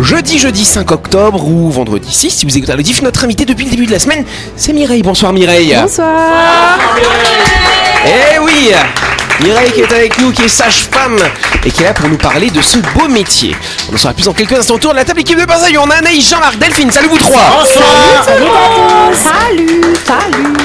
Jeudi, jeudi 5 octobre ou vendredi 6, si vous écoutez le diff, notre invité depuis le début de la semaine, c'est Mireille. Bonsoir Mireille. Bonsoir Eh oui Mireille qui est avec nous, qui est sage-femme et qui est là pour nous parler de ce beau métier. On en saura plus dans quelques instants autour de la table équipe de Bazaille. On a Anaïs, Jean-Marc, Delphine, salut vous trois Salut à tous Salut Salut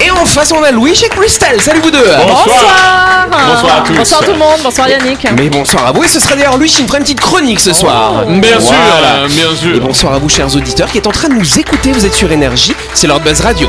Et en face, on a Louis et Christelle, salut vous deux Bonsoir Bonsoir à tous. Bonsoir tout le monde, bonsoir Yannick. Mais bonsoir à vous, et ce sera d'ailleurs Louis qui nous fera une petite chronique ce soir. Oh, Bien sûr, Voilà. euh, bien Et sûr. bonsoir à vous, chers auditeurs, qui êtes en train de nous écouter. Vous êtes sur Énergie, c'est l'heure de Buzz Radio.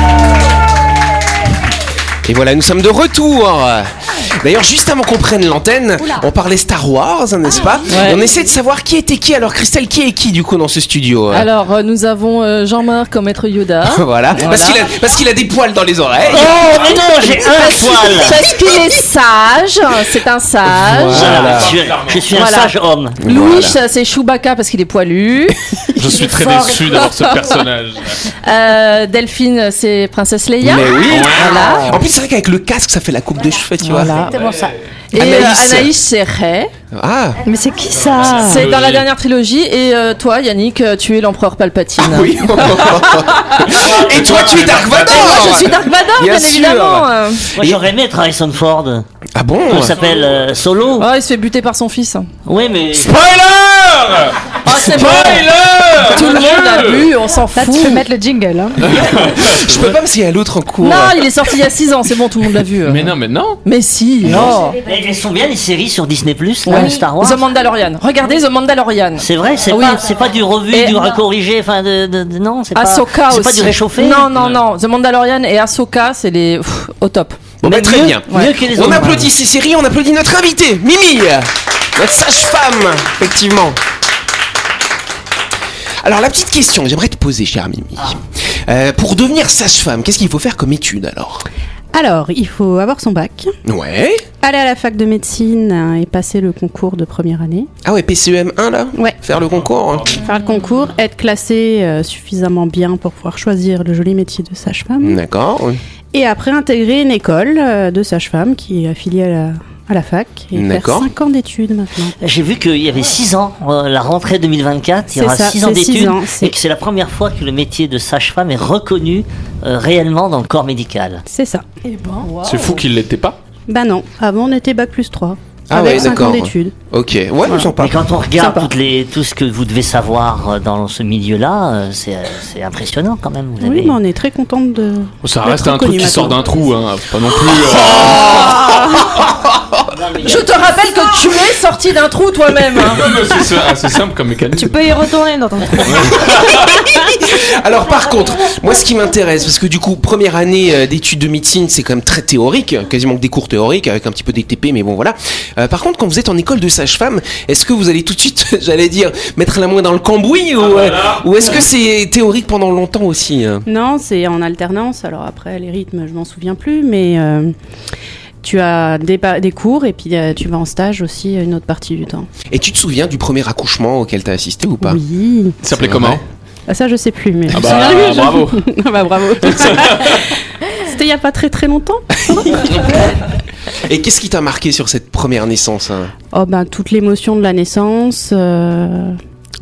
Et voilà, nous sommes de retour. D'ailleurs, juste avant qu'on prenne l'antenne, on parlait Star Wars, hein, n'est-ce pas Ah, Ouais. Et On essaie de savoir qui était qui. Alors, Christelle, qui est qui du coup dans ce studio hein Alors, hein euh, nous avons euh, Jean-Marc comme maître Yoda. voilà. parce qu'il a parce qu'il a des poils dans les oreilles. Oh, mais non, j'ai un poil Parce qu'il est sage, hein, c'est un sage. Voilà. Je, suis- je suis un Voilà. sage homme. Louis, c'est Chewbacca parce qu'il est poilu. Je suis très Fort. déçu d'avoir ce personnage. Euh, Delphine, c'est Princesse Leia. Mais oui. Voilà. En plus, c'est vrai qu'avec le casque, ça fait la coupe de cheveux, tu Ah. Voilà. Exactement ça. Et euh, Anaïs. Anaïs, c'est Rey. vois. Ah. Mais c'est qui ça C'est dans la Trilogie. dernière trilogie. Et euh, toi, Yannick, euh, tu es l'empereur Palpatine. Ah Oui. Et toi, tu es Dark Vador. Et moi, je suis Dark Vador, Oh, Bien bien, sûr. évidemment. Euh, Moi, j'aurais aimé être Harrison Ford. Ah bon Il s'appelle euh, Solo. Oh, il se fait buter par son fils. Oui, mais. Spoiler Oh, c'est bon. Spoiler Tout le monde a bu, on s'en Là, fout. tu peux mettre le jingle. Hein. Je peux pas parce qu'il y a l'autre en cours. Non, il est sorti il y a 6 ans, c'est bon, tout le monde l'a vu. Mais non, mais non Mais si, oh. Mais Elles sont bien les séries sur Disney Plus, Ouais. Star Wars. The Mandalorian. Regardez The Mandalorian. C'est vrai, c'est Ah oui. pas, c'est pas du revu, Et- du racorrigé, enfin de, de- de- non, Ah, c'est pas, Ahsoka c'est aussi. pas du réchauffé. Non, non, non. The Mandalorian et Ahsoka, c'est les. pff, au top. Bon, bah, Mais très mieux- bien. Mieux que les On autres. applaudit ces séries, on applaudit notre invitée, Mimi, notre sage-femme, effectivement. Alors la petite question, que j'aimerais te poser, chère Mimi. Euh, pour devenir sage-femme, qu'est-ce qu'il faut faire comme étude alors Alors, il faut avoir son bac, Ouais. aller à la fac de médecine hein, et passer le concours de première année. Ah ouais, PCEM 1 là Ouais. Faire le concours hein. Faire le concours, être classé euh, suffisamment bien pour pouvoir choisir le joli métier de Mm. sage-femme. D'accord. Et après, intégrer une école euh, de sage-femme qui est affiliée à la, à la fac. Et faire D'accord. 5 ans d'études maintenant. J'ai vu qu'il y avait 6 ans, euh, la rentrée 2024, il y C'est aura ça, 6 ans c'est six d'études, ans, c'est- et que c'est la première fois que le métier de sage-femme est reconnu euh, réellement dans le corps médical. C'est ça. C'est fou qu'il l'était pas. Bah non, avant on était bac plus 3. Ah avec ouais, 5 d'accord. ans d'études. Ok. Ouais, sympa. Mais quand on regarde Sympa. toutes les, tout ce que vous devez savoir euh, dans ce milieu-là, euh, c'est euh, c'est impressionnant quand Eh même. Vous Oui, avez- mais on est très contente de. Ça d'être reste un truc reconnue qui sort maintenant. d'un trou, hein. Pas non plus. euh, Je te rappelle que tu es sorti d'un trou toi-même. hein. euh, c'est assez simple comme mécanisme. Tu peux y retourner dans ton Alors par contre, moi ce qui m'intéresse, parce que du coup, première année euh, d'études de médecine, c'est quand même très théorique, quasiment que des cours théoriques, avec un petit peu des TP, mais bon voilà. Euh, par contre, quand vous êtes en école de sage-femme, est-ce que vous allez tout de suite, j'allais dire, mettre la main dans le cambouis ou, euh, ou est-ce que c'est théorique pendant longtemps aussi hein Non, c'est en alternance. Alors après, les rythmes, je m'en souviens plus, mais euh, tu as des, pa- des cours et puis euh, tu vas en stage aussi euh, une autre partie du temps. Et tu te souviens du premier accouchement auquel t'as assisté ou pas Oui. Il s'appelait C'est comment vrai. Ah, ça, je sais plus, mais. Ah bah, bravo. Ah bah, bravo. C'était il y a pas très très longtemps. Et qu'est-ce qui t'a marqué sur cette première naissance hein Oh ben toute l'émotion de la naissance. euh,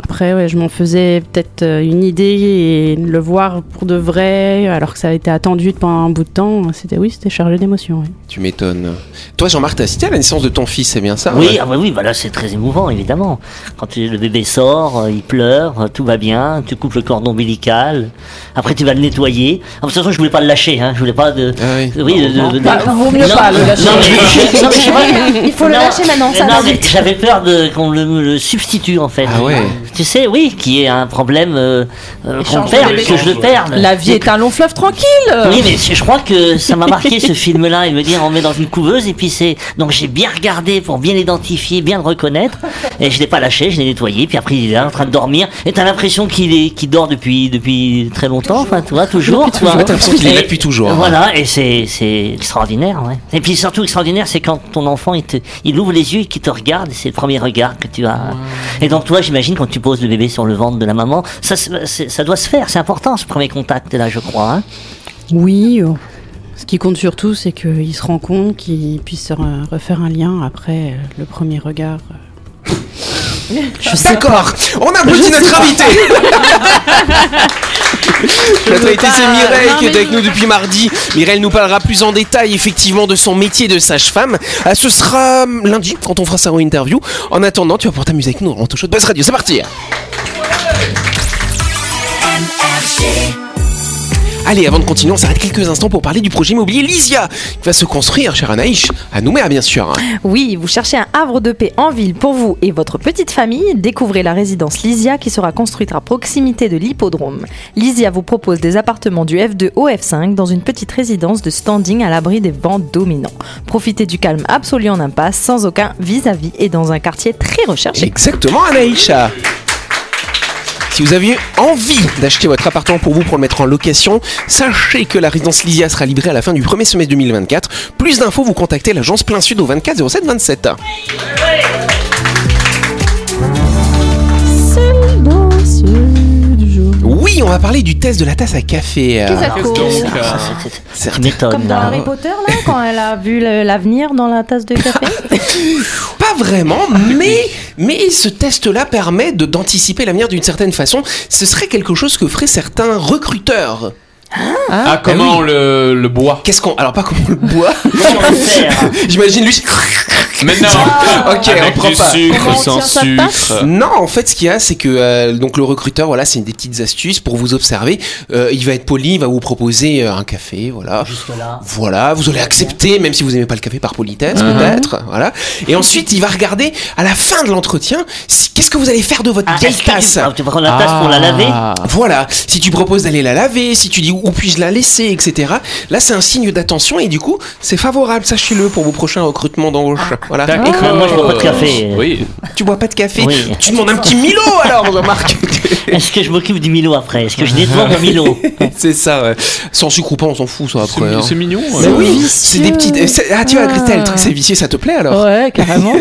Après, ouais, je m'en faisais peut-être euh, une idée et le voir pour de vrai, alors que ça a été attendu pendant un bout de temps. C'était oui, c'était chargé d'émotions. oui. Tu m'étonnes. Toi, Jean-Marc, t'as assisté à la naissance de ton fils, c'est bien ça Oui, ouais ah bah oui, bah là c'est très émouvant évidemment. Quand euh, le bébé sort, euh, il pleure, euh, tout va bien, tu coupes le cordon ombilical, après tu vas le nettoyer. Ah, de toute façon, je voulais pas le lâcher, hein, je voulais pas de. Ah oui. Oui, de- de- de- Bah, vaut mieux Non, pas le lâcher. Non, mais, je- non, mais je sais pas. Il faut le Non, lâcher maintenant, mais ça non, va mais vite. J'avais peur de qu'on le, le substitue en fait. Ah ouais. tu sais, oui, qui est un problème euh, euh, qu'on Échange perd, de que je le bébés. perds. La vie est un long fleuve tranquille. Euh. Oui, mais je je crois que ça m'a marqué ce film-là. Il me dit, on met dans une couveuse et puis c'est. Donc j'ai bien regardé pour bien l'identifier, bien le reconnaître. Et je l'ai pas lâché, je l'ai nettoyé. Puis après, il est là en train de dormir. Et t'as l'impression qu'il est, qu'il dort depuis depuis très longtemps. Enfin, tu vois, toujours. tu vois. Ouais, t'as l'impression qu'il est là Et- depuis toujours. hein. Voilà, et c'est c'est extraordinaire. Ouais. Et puis surtout extraordinaire, c'est quand ton enfant il te, il ouvre les yeux et qu'il te regarde. et C'est le premier regard que tu as. Et donc toi, j'imagine quand tu poses le bébé sur le ventre de la maman, ça se- c'est- ça doit se faire. C'est important ce premier contact là, je crois. hein. Oui. euh, Ce qui compte surtout, c'est qu'il se rend compte qu'il puisse se re- refaire un lien après euh, le premier regard. D'accord, on applaudit notre invité Notre invité c'est Mireille euh, Non, qui est mais- avec nous depuis mardi. Mireille nous parlera plus en détail effectivement de son métier de sage-femme. Ah, ce sera hum, lundi quand on fera sa interview. En attendant, tu vas pouvoir t'amuser avec nous en tout show de Buzz Radio. C'est parti Allez, avant de continuer, on s'arrête quelques instants pour parler du projet immobilier Lysia qui va se construire, chère Anaïs, à Nouméa bien sûr. Oui, vous cherchez un havre de paix en ville pour vous et votre petite famille Découvrez la résidence Lysia qui sera construite à proximité de l'hippodrome. Lysia vous propose des appartements du F2 au F5 dans une petite résidence de standing à l'abri des vents dominants. Profitez du calme absolu en impasse, sans aucun vis-à-vis et dans un quartier très recherché. Exactement, Anaïcha. Si vous aviez envie d'acheter votre appartement pour vous pour le mettre en location, sachez que la résidence Lysia sera livrée à la fin du premier semestre 2024. Plus d'infos, vous contactez l'agence Plein Sud au 24 07 27. Oui, on va parler du test de la tasse à café. Qu'est-ce que ça Qu'est-ce cause donc euh, Ah, c'est- c'est- C'est- Tu m'étonnes. Comme dans là. Harry Potter, là, quand elle a vu le- l'avenir dans la tasse de café. Pas vraiment, mais, mais ce test-là permet de- d'anticiper l'avenir d'une certaine façon. Ce serait quelque chose que feraient certains recruteurs. Ah, comment bah oui. on le, le bois Qu'est-ce qu'on. Alors, pas comment on le boit. Super. J'imagine lui. Mais non Ah, ok, Avec on prend du pas. sucre, Comment on sans tient sa sucre. Ah. Non, en fait, ce qu'il y a, c'est que euh, donc le recruteur, voilà, c'est des petites astuces pour vous observer. Euh, il va être poli, il va vous proposer euh, un café, voilà. Jusque-là. Voilà, vous allez accepter, même si vous n'aimez pas le café par politesse, Mm-hmm. peut-être. Voilà. Et ensuite, il va regarder à la fin de l'entretien, si- qu'est-ce que vous allez faire de votre Ah, vieille est-ce que tu- tasse. ah, tu prends la tasse pour la laver Ah. Voilà, si tu proposes d'aller la laver, si tu dis où puis-je la laisser, etc. Là, c'est un signe d'attention et du coup, c'est favorable, sachez-le, pour vos prochains recrutements d'embauche. Voilà. Et D'accord. Ah, moi, je bois pas de café. Euh, Oui. tu bois pas de café, Oui. tu demandes un petit Milo alors, Jean-Marc. Est-ce que je m'occupe du Milo après Est-ce que je nettoie mon Milo C'est ça, ouais. Sans sucre ou pas, on s'en fout, ça, C'est après. mi- hein. C'est mignon. Mais euh. oui, c'est des petites. vicieux. euh, c'est- Ah, tu vois, Ah. Christelle, le truc, c'est vicieux, ça te plaît alors Ouais, carrément.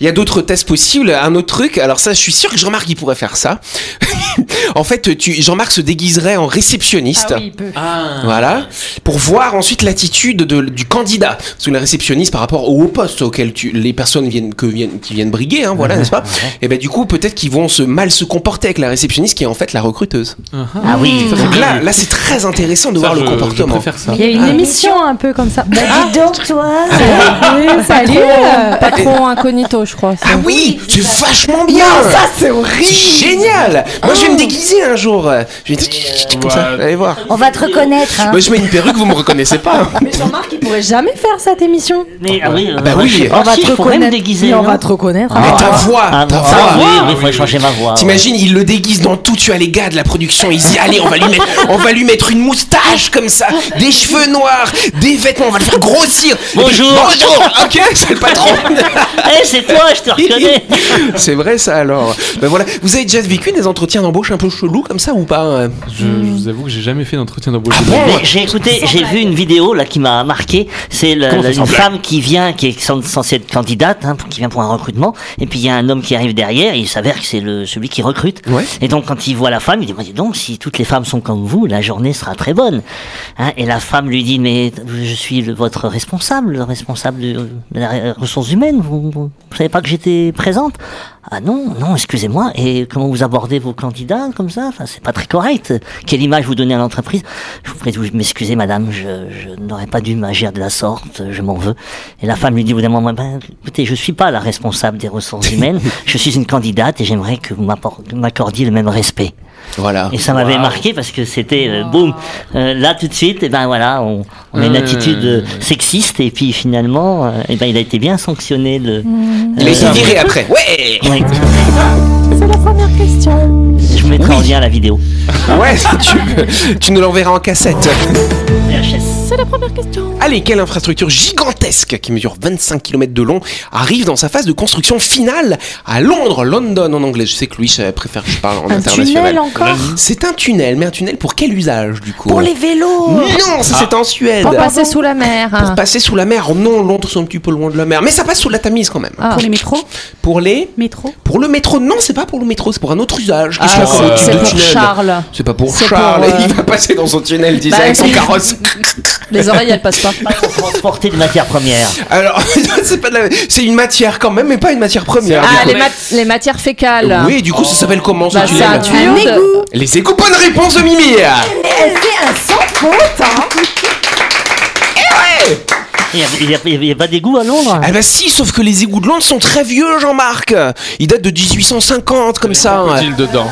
Il y a d'autres tests possibles. Un autre truc, alors ça, je suis sûr que Jean-Marc, il pourrait faire ça. en fait, tu... Jean-Marc se déguiserait en réceptionniste. Ah il peut. Ah. Voilà, pour voir ensuite l'attitude de- du candidat, parce que la réceptionniste par rapport au haut poste auquel tu- les personnes viennent, que viennent, qui viennent briguer, hein, Mhm. voilà, n'est-ce pas Et ben du coup, peut-être qu'ils vont se mal se comporter avec la réceptionniste qui est en fait la recruteuse. Ah oui. Ça, c'est Donc bien là, vu. là, c'est très intéressant de Ça, voir le je- Je comportement. préfère ça. Il y a une émission un peu comme ça. Bah, dis donc, toi. Salut. hein. euh, Patron incognito, je crois. Ah oui, c'est vachement bien. ça c'est horrible. Oh. génial. Moi je vais me déguiser un jour. Je vais comme ça. ouais. Allez voir. On va te reconnaître. Hein. Moi je mets une perruque, vous me reconnaissez pas. hein. Mais Jean-Marc, il pourrait jamais faire cette émission. Mais ah oui. euh, Bah moi, oui. je sais pas On si je pourrais me déguiser. Mais on non va te reconnaître. Mais ta voix, hein. Ah, ta bon, voix. ah, oui, Ah, mais il oui. faudrait changer ma voix. T'imagines, il le déguise dans tout, tu as les gars de la production, ils disent allez on va lui mettre, on va lui mettre une moustache comme ça, des cheveux noirs, des vêtements, on va le faire grossir. Et puis, Bonjour. bonjour, ok, c'est le patron. Eh, c'est toi, je te reconnais. c'est vrai ça alors. Ben voilà, vous avez déjà vécu des entretiens d'embauche un peu chelous comme ça ou pas euh Je, je vous avoue que j'ai jamais fait d'entretien d'embauche. Mais J'ai écouté, j'ai vu une vidéo là qui m'a marqué. C'est la- Comment ça la- une semble femme qui vient, qui est cen- censée être candidate, hein, qui vient pour un recrutement. Et puis il y a un homme qui arrive derrière. Et il s'avère que c'est le celui qui recrute. Ouais. Et donc quand il voit la femme, il dit Bah, dis donc si toutes les femmes sont comme vous, la journée sera très bonne. Hein, et la femme lui dit mais je suis le- votre responsable, le responsable de, de la re- ressource humaine. Vous, vous savez pas que j'étais présente. Ah non, non, excusez-moi. Et comment vous abordez vos candidats comme ça Enfin, c'est pas très correct. Quelle image vous donnez à l'entreprise Je vous prie de vous m'excuser, madame. Je, je n'aurais pas dû m'agir de la sorte. Je m'en veux. Et la femme lui dit au bout d'un moment, Ben, écoutez, je suis pas la responsable des ressources humaines. je suis une candidate et j'aimerais que vous m'appor- m'accordiez le même respect. Voilà. Et ça m'avait marqué parce que c'était euh, boum. Euh, là tout de suite, et ben voilà, on, on a une Euh. attitude euh, sexiste et puis finalement, euh, eh et ben il a été bien sanctionné le. Il a euh, été viré après. Ouais. ouais. Mm. C'est la fin en lien à la vidéo. Ouais, si tu veux. Tu nous l'enverras en cassette. VHS. Allez, quelle infrastructure gigantesque qui mesure 25 km de long arrive dans sa phase de construction finale à Londres, London en anglais. Je sais que Louis euh, préfère que je parle en Un international. tunnel encore C'est un tunnel, mais un tunnel pour quel usage du coup Pour les vélos Non, ça c'est en Suède. Pour passer sous la mer Ah. Pour passer sous la mer, Oh non, Londres c'est un petit peu loin de la mer, mais ça passe sous la Tamise quand même. Ah. Pour les métros Pour les, Métro pour le métro, non, c'est pas pour le métro, c'est pour un autre usage. Qu'est-ce Ah, que c'est- le type C'est de pour tunnel Charles. C'est pas pour C'est Charles, pour, euh, Bah, il va passer dans son tunnel, disait avec son c'est- carrosse. Les oreilles, elles passent pas. Pas pour transporter de matières premières. Alors, c'est pas de la- c'est une matière quand même, mais pas une matière première. Ah, Du les, coup. mat- les matières fécales. Oui, du coup, ça s'appelle comment ce Bah, c'est un tunnel tuyau. de- Les écoutes, bonne réponse de Mimi Il n'y a, il y a pas d'égout à Londres Ah bah si, sauf que les égouts de Londres sont très vieux, Jean-Marc Ils datent de 1850, comme ça hein. Crocodile dedans.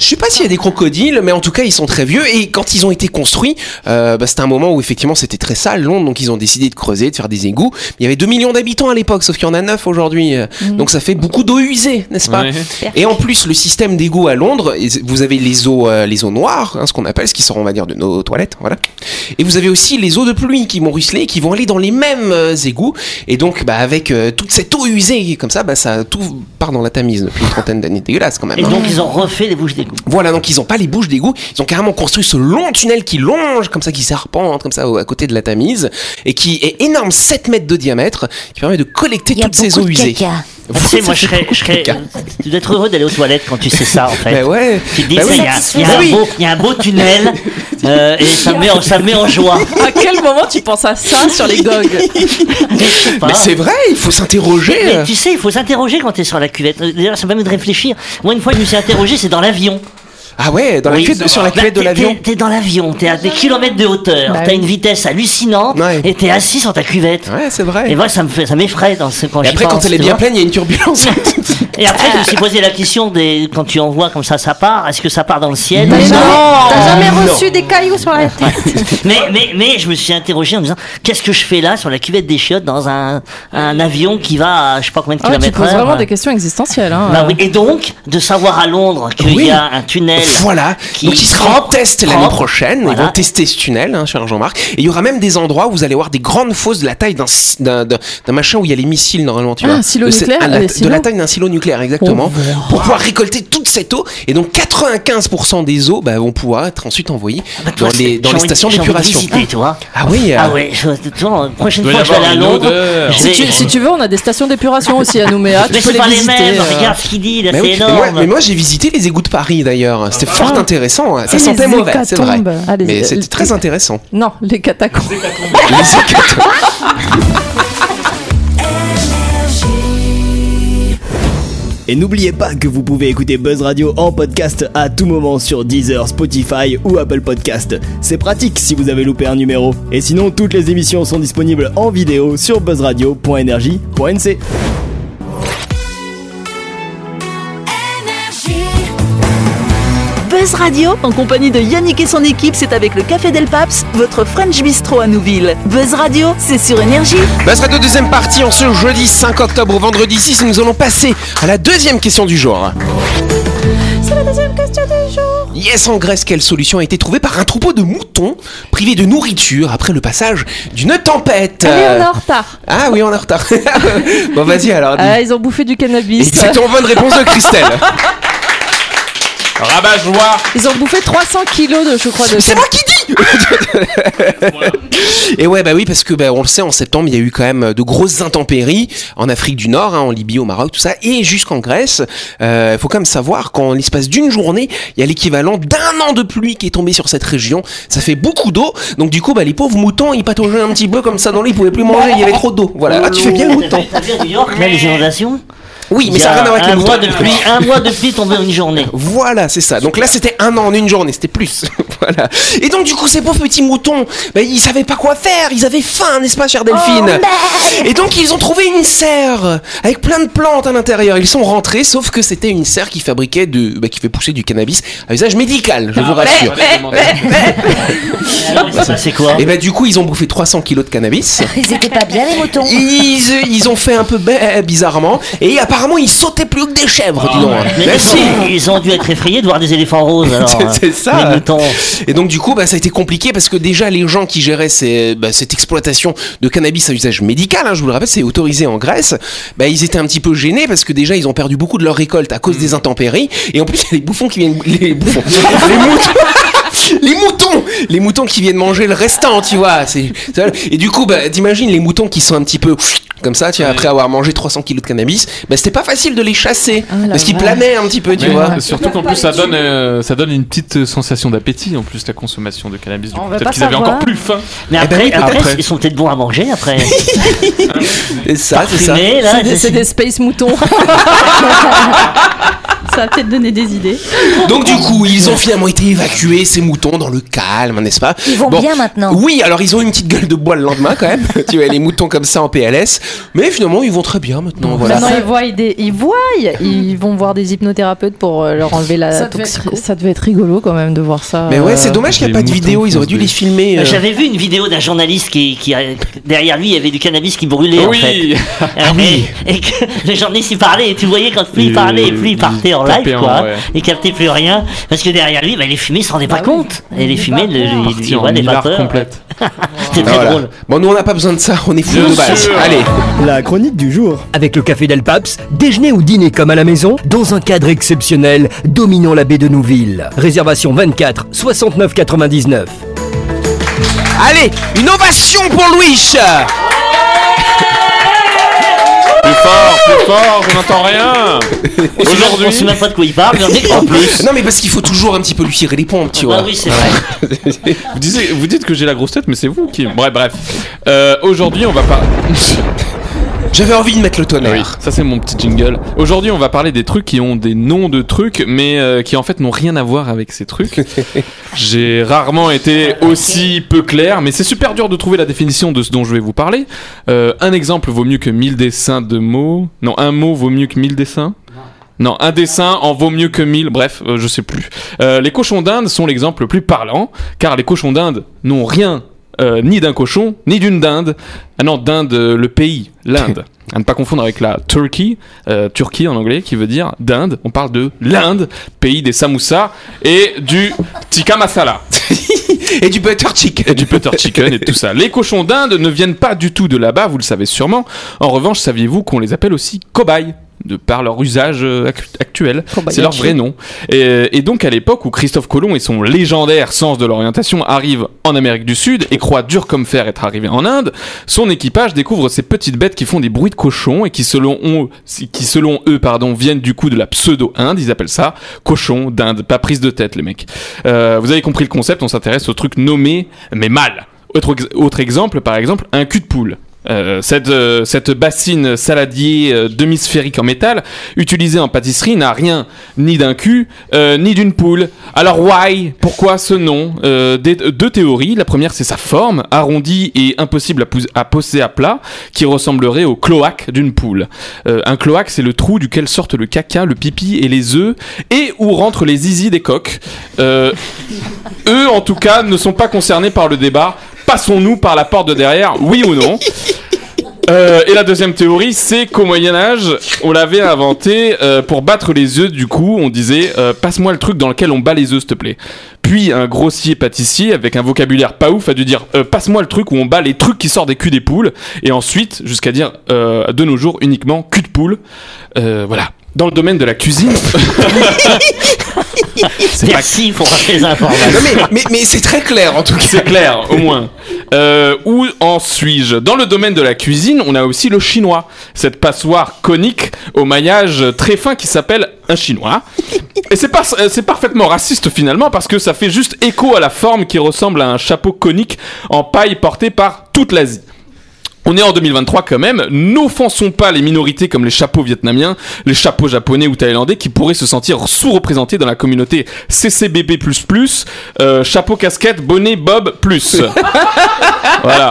Je sais pas s'il y a des crocodiles, mais en tout cas, ils sont très vieux. Et quand ils ont été construits, euh, bah, c'était un moment où effectivement c'était très sale, Londres. Donc ils ont décidé de creuser, de faire des égouts. Il y avait 2 millions d'habitants à l'époque, sauf qu'il y en a 9 aujourd'hui. euh, Donc ça fait beaucoup d'eau usée, n'est-ce pas Eh, Ouais. Et en plus, le système d'égouts à Londres, et vous avez les eaux, euh, les eaux noires, hein, ce qu'on appelle, ce qui sort, on va dire, de nos toilettes. voilà. Et vous avez aussi les eaux de pluie qui vont ruisseler, et qui vont aller dans les mêmes euh, égouts. Et donc, bah, avec euh, toute cette eau usée, comme ça, bah, ça tout part dans la Tamise depuis une trentaine d'années. Dégueulasse quand même. Et hein. donc ils ont refait les bouches d'égout. Voilà, donc ils n'ont pas les bouches d'égout, ils ont carrément construit ce long tunnel qui longe, comme ça, qui serpente, comme ça, au- à côté de la Tamise, et qui est énorme, 7 mètres de diamètre, qui permet de collecter toutes ces eaux usées. Tu sais, moi je serais. Je serais caca. tu dois être heureux d'aller aux toilettes quand tu sais ça en fait. Bah ouais. Tu te dis, Bah ça, oui. il y a- il y, a Bah un oui. beau- il y a un beau tunnel euh, et ça me met en, ça me met en joie. À quel moment tu penses à ça sur les gogues Je sais pas. Mais c'est vrai, il faut hein. Mais s'interroger. euh. tu sais, il faut s'interroger quand t'es sur la cuvette. Euh, D'ailleurs, ça permet de réfléchir. Moi, une fois, je me suis interrogé, c'est dans l'avion. Ah ouais, dans la Oui. cuvette de- sur la Bah, cuvette de t'es- l'avion. T'es t'es dans l'avion, t'es à des kilomètres de hauteur, Bah t'as oui. une vitesse hallucinante Ouais. et t'es assis sur ta cuvette. Ouais, c'est Et vrai. moi, ça me fait, ça m'effraie dans ce quand Et j'y après, quand pense, elle est tu bien vois. pleine, il y a une turbulence. Et après, je me suis Euh, posé la question des quand tu envoies comme ça, ça part. Est-ce que ça part dans le ciel T'as jamais, t'as jamais Non. reçu des cailloux sur la tête Mais, mais, mais je me suis interrogé en me disant qu'est-ce que je fais là sur la cuvette des chiottes dans un, un avion qui va à je sais pas combien de Ah ouais, Tu kilomètres poses heure hein. vraiment des questions existentielles. hein. Bah oui, Et donc, de savoir à Londres qu'il Oui. y a un tunnel. Voilà. Qui- Donc il sera en propre, test l'année propre. prochaine. Ils Voilà. vont tester ce tunnel, hein, cher Jean-Marc. Et il y aura même des endroits où vous allez voir des grandes fosses de la taille d'un si- d'un d'un- d'un machin où il y a les missiles normalement. Tu Ah, vois. un silo De cette- nucléaire, Oh, à la- euh, de la silo. taille d'un silo nucléaire, exactement. pour pouvoir récolter toute cette eau. Et donc 95% des eaux bah, vont pouvoir être ensuite envoyées Bah, dans toi, c'est- les, dans les j'ai envie de- stations j'ai envie de d'épuration. visiter, tu vois. Ah oui. euh, Ah ouais, je, tu vois, la prochaine doit y fois je vais aller avoir à une Londres. odeur. je Si vais- tu, si tu veux, on a des stations d'épuration aussi à Nouméa. mais tu peux c'est les pas les visiter. mêmes, euh. regarde ce qu'il dit, là mais c'est oui. Mais énorme. moi, mais moi, j'ai visité les égouts de Paris d'ailleurs. C'était fort intéressant. hein. Ça C'est sentait les mauvais, c'est vrai. hécatombes. Ah, les- Mais les- c'était très intéressant. Non, les catacombes. Les hécatombes. Et n'oubliez pas que vous pouvez écouter Buzz Radio en podcast à tout moment sur Deezer, Spotify ou Apple Podcast. C'est pratique si vous avez loupé un numéro. Et sinon, toutes les émissions sont disponibles en vidéo sur buzzradio.energie.nc. Buzz Radio, en compagnie de Yannick et son équipe, c'est avec le Café Del Paps, votre French Bistro à Nouville. Buzz Radio, c'est sur Énergie. Buzz Radio deuxième partie en ce jeudi 5 octobre au vendredi 6. Nous allons passer à la deuxième question du jour. Yes, en Grèce, quelle solution a été trouvée par un troupeau de moutons privés de nourriture après le passage d'une tempête Allez, on est Euh, en retard. Ah oui, on est en retard. bon, vas-y alors. dis. Ah, ils ont bouffé du cannabis. Exactement, bonne réponse de Christelle. Rabat joie. Ils ont bouffé 300 kilos de, je crois, de. Mais c'est moi qui dis Et ouais, bah oui, parce que bah, on le sait, en septembre, il y a eu quand même de grosses intempéries en Afrique du Nord, hein, en Libye, au Maroc, tout ça, et jusqu'en Grèce. Il faut quand même savoir qu'en l'espace d'une journée, il y a l'équivalent d'un an de pluie qui est tombé sur cette région. Ça fait beaucoup d'eau, donc du coup, bah, les pauvres moutons, ils pataugeaient un petit peu comme ça dans l'eau, ils pouvaient plus manger, il y avait trop d'eau. Voilà, ah, tu fais bien le mouton. T'as vu à New York, là, les inondations Oui, mais ça n'a rien à voir avec un les moutons. mois de pluie, un mois de pluie tombé en une journée. Voilà, c'est ça. Donc là, c'était un an en une journée, c'était plus. Voilà. Et donc, du coup, ces pauvres petits moutons, bah, ils savaient pas quoi faire. Ils avaient faim, n'est-ce pas, chère Oh, Delphine Et donc, ils ont trouvé une serre avec plein de plantes à l'intérieur. Ils sont rentrés, sauf que c'était une serre qui fabriquait de, bah, qui fait pousser du cannabis à usage médical, je vous Ah, rassure. Ça, c'est quoi Et bah, du coup, ils ont bouffé 300 kilos de cannabis. Ils étaient pas bien, les moutons. Ils, ils ont fait un peu ba- bizarrement et apparemment ils sautaient plus haut que des chèvres, dis donc. Ah, Mais Bah, ils, si. ont, ils ont dû être effrayés de voir des éléphants roses alors. C'est- c'est euh, ça. Les moutons. Et donc du coup, bah, ça a été compliqué parce que déjà les gens qui géraient ces- bah, cette exploitation de cannabis à usage médical, hein, je vous le rappelle, c'est autorisé en Grèce, bah, ils étaient un petit peu gênés parce que déjà ils ont perdu beaucoup de leur récolte à cause des intempéries et en plus il y a les bouffons qui viennent les bouffons, les moutons. Les moutons, les moutons qui viennent manger le restant, tu vois. c'est- c'est- Et du coup, bah, t'imagines les moutons qui sont un petit peu comme ça, tu vois, après avoir mangé 300 kilos de cannabis, bah, c'était pas facile de les chasser parce qu'ils vache. planaient un petit peu, tu Mais vois. Surtout qu'en plus, ça donne, euh, ça donne une petite sensation d'appétit, en plus, la consommation de cannabis. Du On coup, va peut-être pas qu'ils avaient savoir. encore plus faim. Mais Eh ben après, oui, après, peut-être. ils sont peut-être bons à manger après. Et ça, Ah, c'est ça. Fumés, là, C'est des, c'est Ah, c'est- des space moutons. Ça va peut-être donner des idées. Donc du coup, ils ont finalement été évacués, ces moutons, dans le calme, n'est-ce pas Ils vont Bon. bien maintenant. Oui, alors ils ont une petite gueule de bois le lendemain quand même. tu vois, les moutons comme ça en PLS. Mais finalement, ils vont très bien maintenant. Voilà. Maintenant, ils voient, des, ils voient, ils vont voir des hypnothérapeutes pour euh, leur enlever la toxico. ça devait être rigolo quand même de voir ça. Mais ouais, euh, c'est dommage qu'il n'y a les pas de vidéo, moutons ils auraient dû qui les se Ah, filmer. euh. J'avais vu une vidéo d'un journaliste qui, qui a- derrière lui il y avait du cannabis qui brûlait en fait. Ah Oui Euh, et, et que le journaliste il parlait et tu voyais quand plus il Il- parlait et plus il il partait en tapait live en- quoi. ouais. Il captait plus rien parce que derrière lui bah, les fumées se rendaient pas compte. Et les fumées, le, Il est il, parti il en Ah, voit des hilar vapeurs. complète. C'était très Voilà. drôle. Bon, nous on n'a pas besoin de ça, on est fou Bien de base. sûr. Allez, La chronique du jour. Avec le café Del Paps, déjeuner ou dîner comme à la maison, dans un cadre exceptionnel, dominant la baie de Nouville. Réservation 24 69 99. allez, une ovation pour Louis. Plus fort, plus fort, je n'entends rien Aujourd'hui, on sait Aujourd'hui même pas de quoi il parle, mais on dit qu'en plus. Non mais parce qu'il faut toujours un petit peu lui tirer les pompes, tu vois. Ah oui, c'est vrai. vous, disiez- vous dites que j'ai la grosse tête, mais c'est vous qui. Bref, bref. Euh, Aujourd'hui, on va pas. J'avais envie de mettre le Ah oui, tonnerre. ça c'est mon petit jingle. Aujourd'hui, on va parler des trucs qui ont des noms de trucs, mais euh, qui en fait n'ont rien à voir avec ces trucs. J'ai rarement été aussi peu clair, mais c'est super dur de trouver la définition de ce dont je vais vous parler. Euh, un exemple vaut mieux que mille dessins de mots. Non, un mot vaut mieux que mille dessins. Non, un dessin en vaut mieux que mille, bref, euh, je sais plus. Euh, les cochons d'Inde sont l'exemple le plus parlant, car les cochons d'Inde n'ont rien euh, ni d'un cochon, ni d'une dinde. Ah non, d'Inde, euh, le pays, l'Inde. À ne pas confondre avec la Turkey, euh, Turquie en anglais, qui veut dire d'Inde. On parle de l'Inde, pays des samoussas et du tikka masala Et du butter chicken. et du butter chicken et tout ça. Les cochons d'Inde ne viennent pas du tout de là-bas, vous le savez sûrement. En revanche, saviez-vous qu'on les appelle aussi cobayes de par leur usage euh, ac- actuel. C'est leur vrai nom. Et, et donc à l'époque où Christophe Colomb et son légendaire sens de l'orientation arrivent en Amérique du Sud et croient dur comme fer être arrivés en Inde, son équipage découvre ces petites bêtes qui font des bruits de cochons et qui selon eux, qui selon eux pardon, viennent du coup de la pseudo-Inde, ils appellent ça cochon d'Inde, pas prise de tête les mecs. Euh, vous avez compris le concept, on s'intéresse aux trucs nommés mais mal. Autre, ex- autre exemple, par exemple, un cul de poule. Euh, cette, euh, cette bassine saladier euh, demi-sphérique en métal, utilisée en pâtisserie, n'a rien ni d'un cul, euh, ni d'une poule. Alors why Pourquoi ce nom Euh, des- Deux théories. La première, c'est sa forme, arrondie et impossible à, pous- à poser à plat, qui ressemblerait au cloaque d'une poule. Euh, un cloaque, c'est le trou duquel sortent le caca, le pipi et les œufs, et où rentrent les zizi des coques. Euh, eux, en tout cas, ne sont pas concernés par le débat. Passons-nous par la porte de derrière, oui ou non Euh, et la deuxième théorie, c'est qu'au Moyen Âge, on l'avait inventé euh, pour battre les œufs. Du coup, on disait euh, passe-moi le truc dans lequel on bat les œufs, s'il te plaît. Puis un grossier pâtissier avec un vocabulaire pas ouf a dû dire euh, passe-moi le truc où on bat les trucs qui sortent des culs des poules. Et ensuite, jusqu'à dire euh, de nos jours uniquement cul de poule. Euh, voilà. Dans le domaine de la cuisine, c'est pas Merci pour ces informations. Non mais, mais, mais c'est très clair en tout cas. C'est clair, au moins. Euh, où en suis-je Dans le domaine de la cuisine, on a aussi le chinois. Cette passoire conique au maillage très fin qui s'appelle un chinois. Et c'est pas- euh, c'est parfaitement raciste finalement parce que ça fait juste écho à la forme qui ressemble à un chapeau conique en paille porté par toute l'Asie. On est en 2023 quand même, n'offensons pas les minorités comme les chapeaux vietnamiens, les chapeaux japonais ou thaïlandais qui pourraient se sentir sous-représentés dans la communauté CCBB++, euh, chapeau casquette, bonnet, bob, plus. voilà.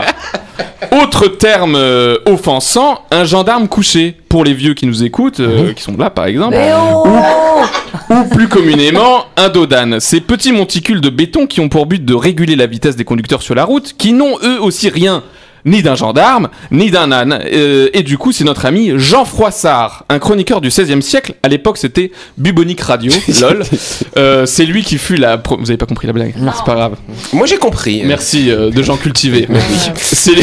Autre terme euh, offensant, un gendarme couché. Pour les vieux qui nous écoutent, euh, qui sont là par exemple, ou, ou plus communément, un dodane. Ces petits monticules de béton qui ont pour but de réguler la vitesse des conducteurs sur la route, qui n'ont eux aussi rien ni d'un gendarme, ni d'un âne. Euh, et du coup, c'est notre ami Jean Froissart, un chroniqueur du XVIe siècle. À l'époque, c'était Bubonic Radio, lol. Euh, c'est lui qui fut la... pro- Vous avez pas compris la blague C'est pas grave. Moi, j'ai compris. Merci euh, de gens cultivés. C'est lui...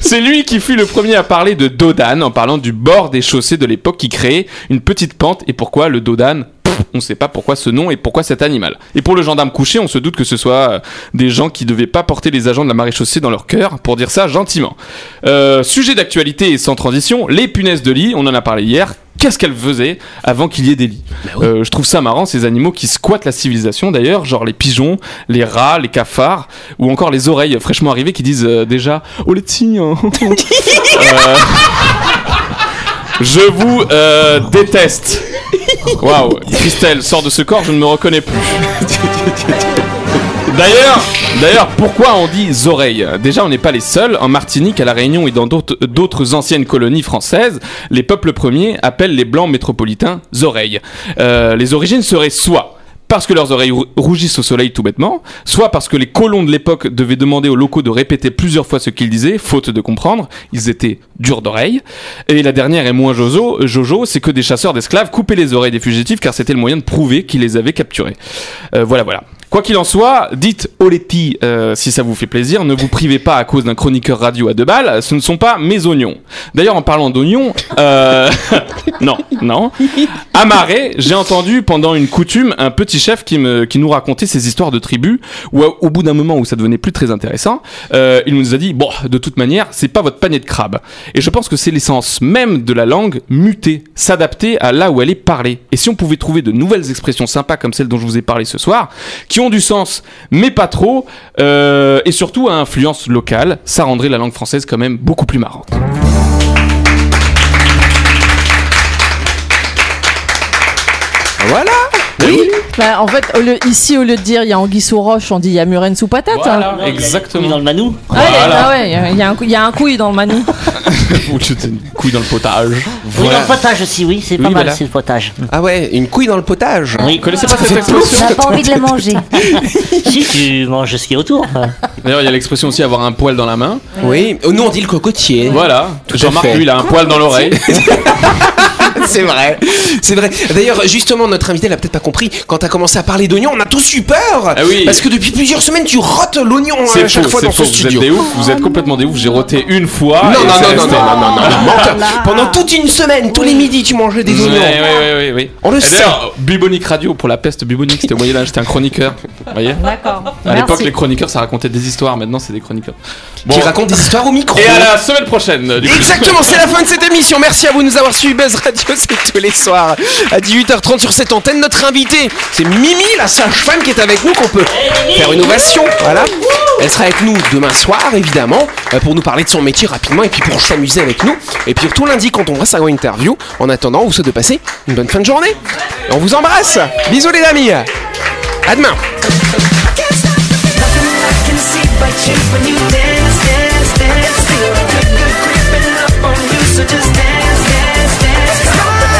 C'est lui qui fut le premier à parler de Dodane en parlant du bord des chaussées de l'époque qui créait une petite pente. Et pourquoi le Dodane Pff, on ne sait pas pourquoi ce nom et pourquoi cet animal. Et pour le gendarme couché, on se doute que ce soit euh, des gens qui devaient pas porter les agents de la maréchaussée dans leur cœur, pour dire ça gentiment. Euh, sujet d'actualité et sans transition, les punaises de lit, on en a parlé hier. Qu'est-ce qu'elles faisaient avant qu'il y ait des lits Euh, Je trouve ça marrant, ces animaux qui squattent la civilisation d'ailleurs, genre les pigeons, les rats, les cafards, ou encore les oreilles fraîchement arrivées qui disent euh, déjà « Oh les petits hein. Euh, Je vous euh, déteste. Waouh, Christelle, sors de ce corps, je ne me reconnais plus. D'ailleurs, d'ailleurs, pourquoi on dit oreilles Déjà, on n'est pas les seuls. En Martinique, à la Réunion et dans d'autres- d'autres anciennes colonies françaises, les peuples premiers appellent les blancs métropolitains oreilles. Euh, les origines seraient soit parce que leurs oreilles rou- rougissent au soleil tout bêtement, soit parce que les colons de l'époque devaient demander aux locaux de répéter plusieurs fois ce qu'ils disaient, faute de comprendre, ils étaient durs d'oreilles. Et la dernière et moins jojo, jojo c'est que des chasseurs d'esclaves coupaient les oreilles des fugitifs car c'était le moyen de prouver qu'ils les avaient capturés. Euh, voilà, voilà. Quoi qu'il en soit, dites Oletti euh, si ça vous fait plaisir, ne vous privez pas à cause d'un chroniqueur radio à deux balles, ce ne sont pas mes oignons. D'ailleurs, en parlant d'oignons, euh, non, non, à Marais, j'ai entendu pendant une coutume un petit chef qui, me, qui nous racontait ses histoires de tribus, où euh, au bout d'un moment où ça devenait plus très intéressant, euh, il nous a dit, bon, de toute manière, c'est pas votre panier de crabe. Et je pense que c'est l'essence même de la langue, muter, s'adapter à là où elle est parlée. Et si on pouvait trouver de nouvelles expressions sympas comme celles dont je vous ai parlé ce soir, qui ont du sens, mais pas trop, euh, et surtout à influence locale, ça rendrait la langue française quand même beaucoup plus marrante. Voilà Oui, Bah, en fait, au lieu- ici, au lieu de dire il y a anguille sous roche, on dit il y a murène sous patate. hein. exactement. Dans le manou Ah, il y a- Voilà. ah ouais, il y a- il y, a un cou- il y a un couille dans le manou. Ou tu te couilles dans le potage. Oui, dans Voilà. le potage aussi, oui, c'est pas Oui, mal, voilà. c'est le potage. Ah ouais, une couille dans le potage. Oui, Vous connaissez pas cette On expression n'a pas envie de la manger. si tu manges ce qui est autour. D'ailleurs, il y a l'expression aussi avoir un poil dans la main. Oui, oh, nous on dit le cocotier. Voilà. Tout à Jean-Marc, fait. lui, il a un poil dans l'oreille. C'est vrai, c'est vrai. D'ailleurs, justement, notre invité l'a peut-être pas compris. Quand t'as commencé à parler d'oignon, on a tous eu peur. Ah oui. Parce que depuis plusieurs semaines, tu rotes l'oignon à C'est chaque faux, fois dans c'est ce faux. Vous êtes studio. des ouf, vous êtes complètement des ouf. J'ai roté une fois. Non, et non, c'est non, non, non, resté. non, non, non, menteur. Pendant toute une semaine, tous les midis, tu mangeais des Oui, oignons. oui, oui, oui. On le Et d'ailleurs, Bubonic Radio pour la peste bubonique, c'était au Moyen-Âge, j'étais un chroniqueur. Vous voyez D'accord. À l'époque, les chroniqueurs, ça racontait des histoires, maintenant, c'est des chroniqueurs. Bon, Qui raconte des histoires au micro. et à la semaine prochaine, du coup. Exactement, c'est la fin de cette émission. Merci à vous de nous avoir suivis. Buzz Radio, c'est tous les soirs à 18h30 sur cette antenne. Notre invité, c'est Mimi, la sage-femme qui est avec nous, qu'on peut faire une ovation. Voilà. Elle sera avec nous demain soir, évidemment, euh, pour nous parler de son métier rapidement et puis pour s'amuser avec nous. Et puis tout lundi, quand on fera sa grande interview. En attendant, on vous souhaite de passer une bonne fin de journée. On vous embrasse. Bisous les amis. À demain.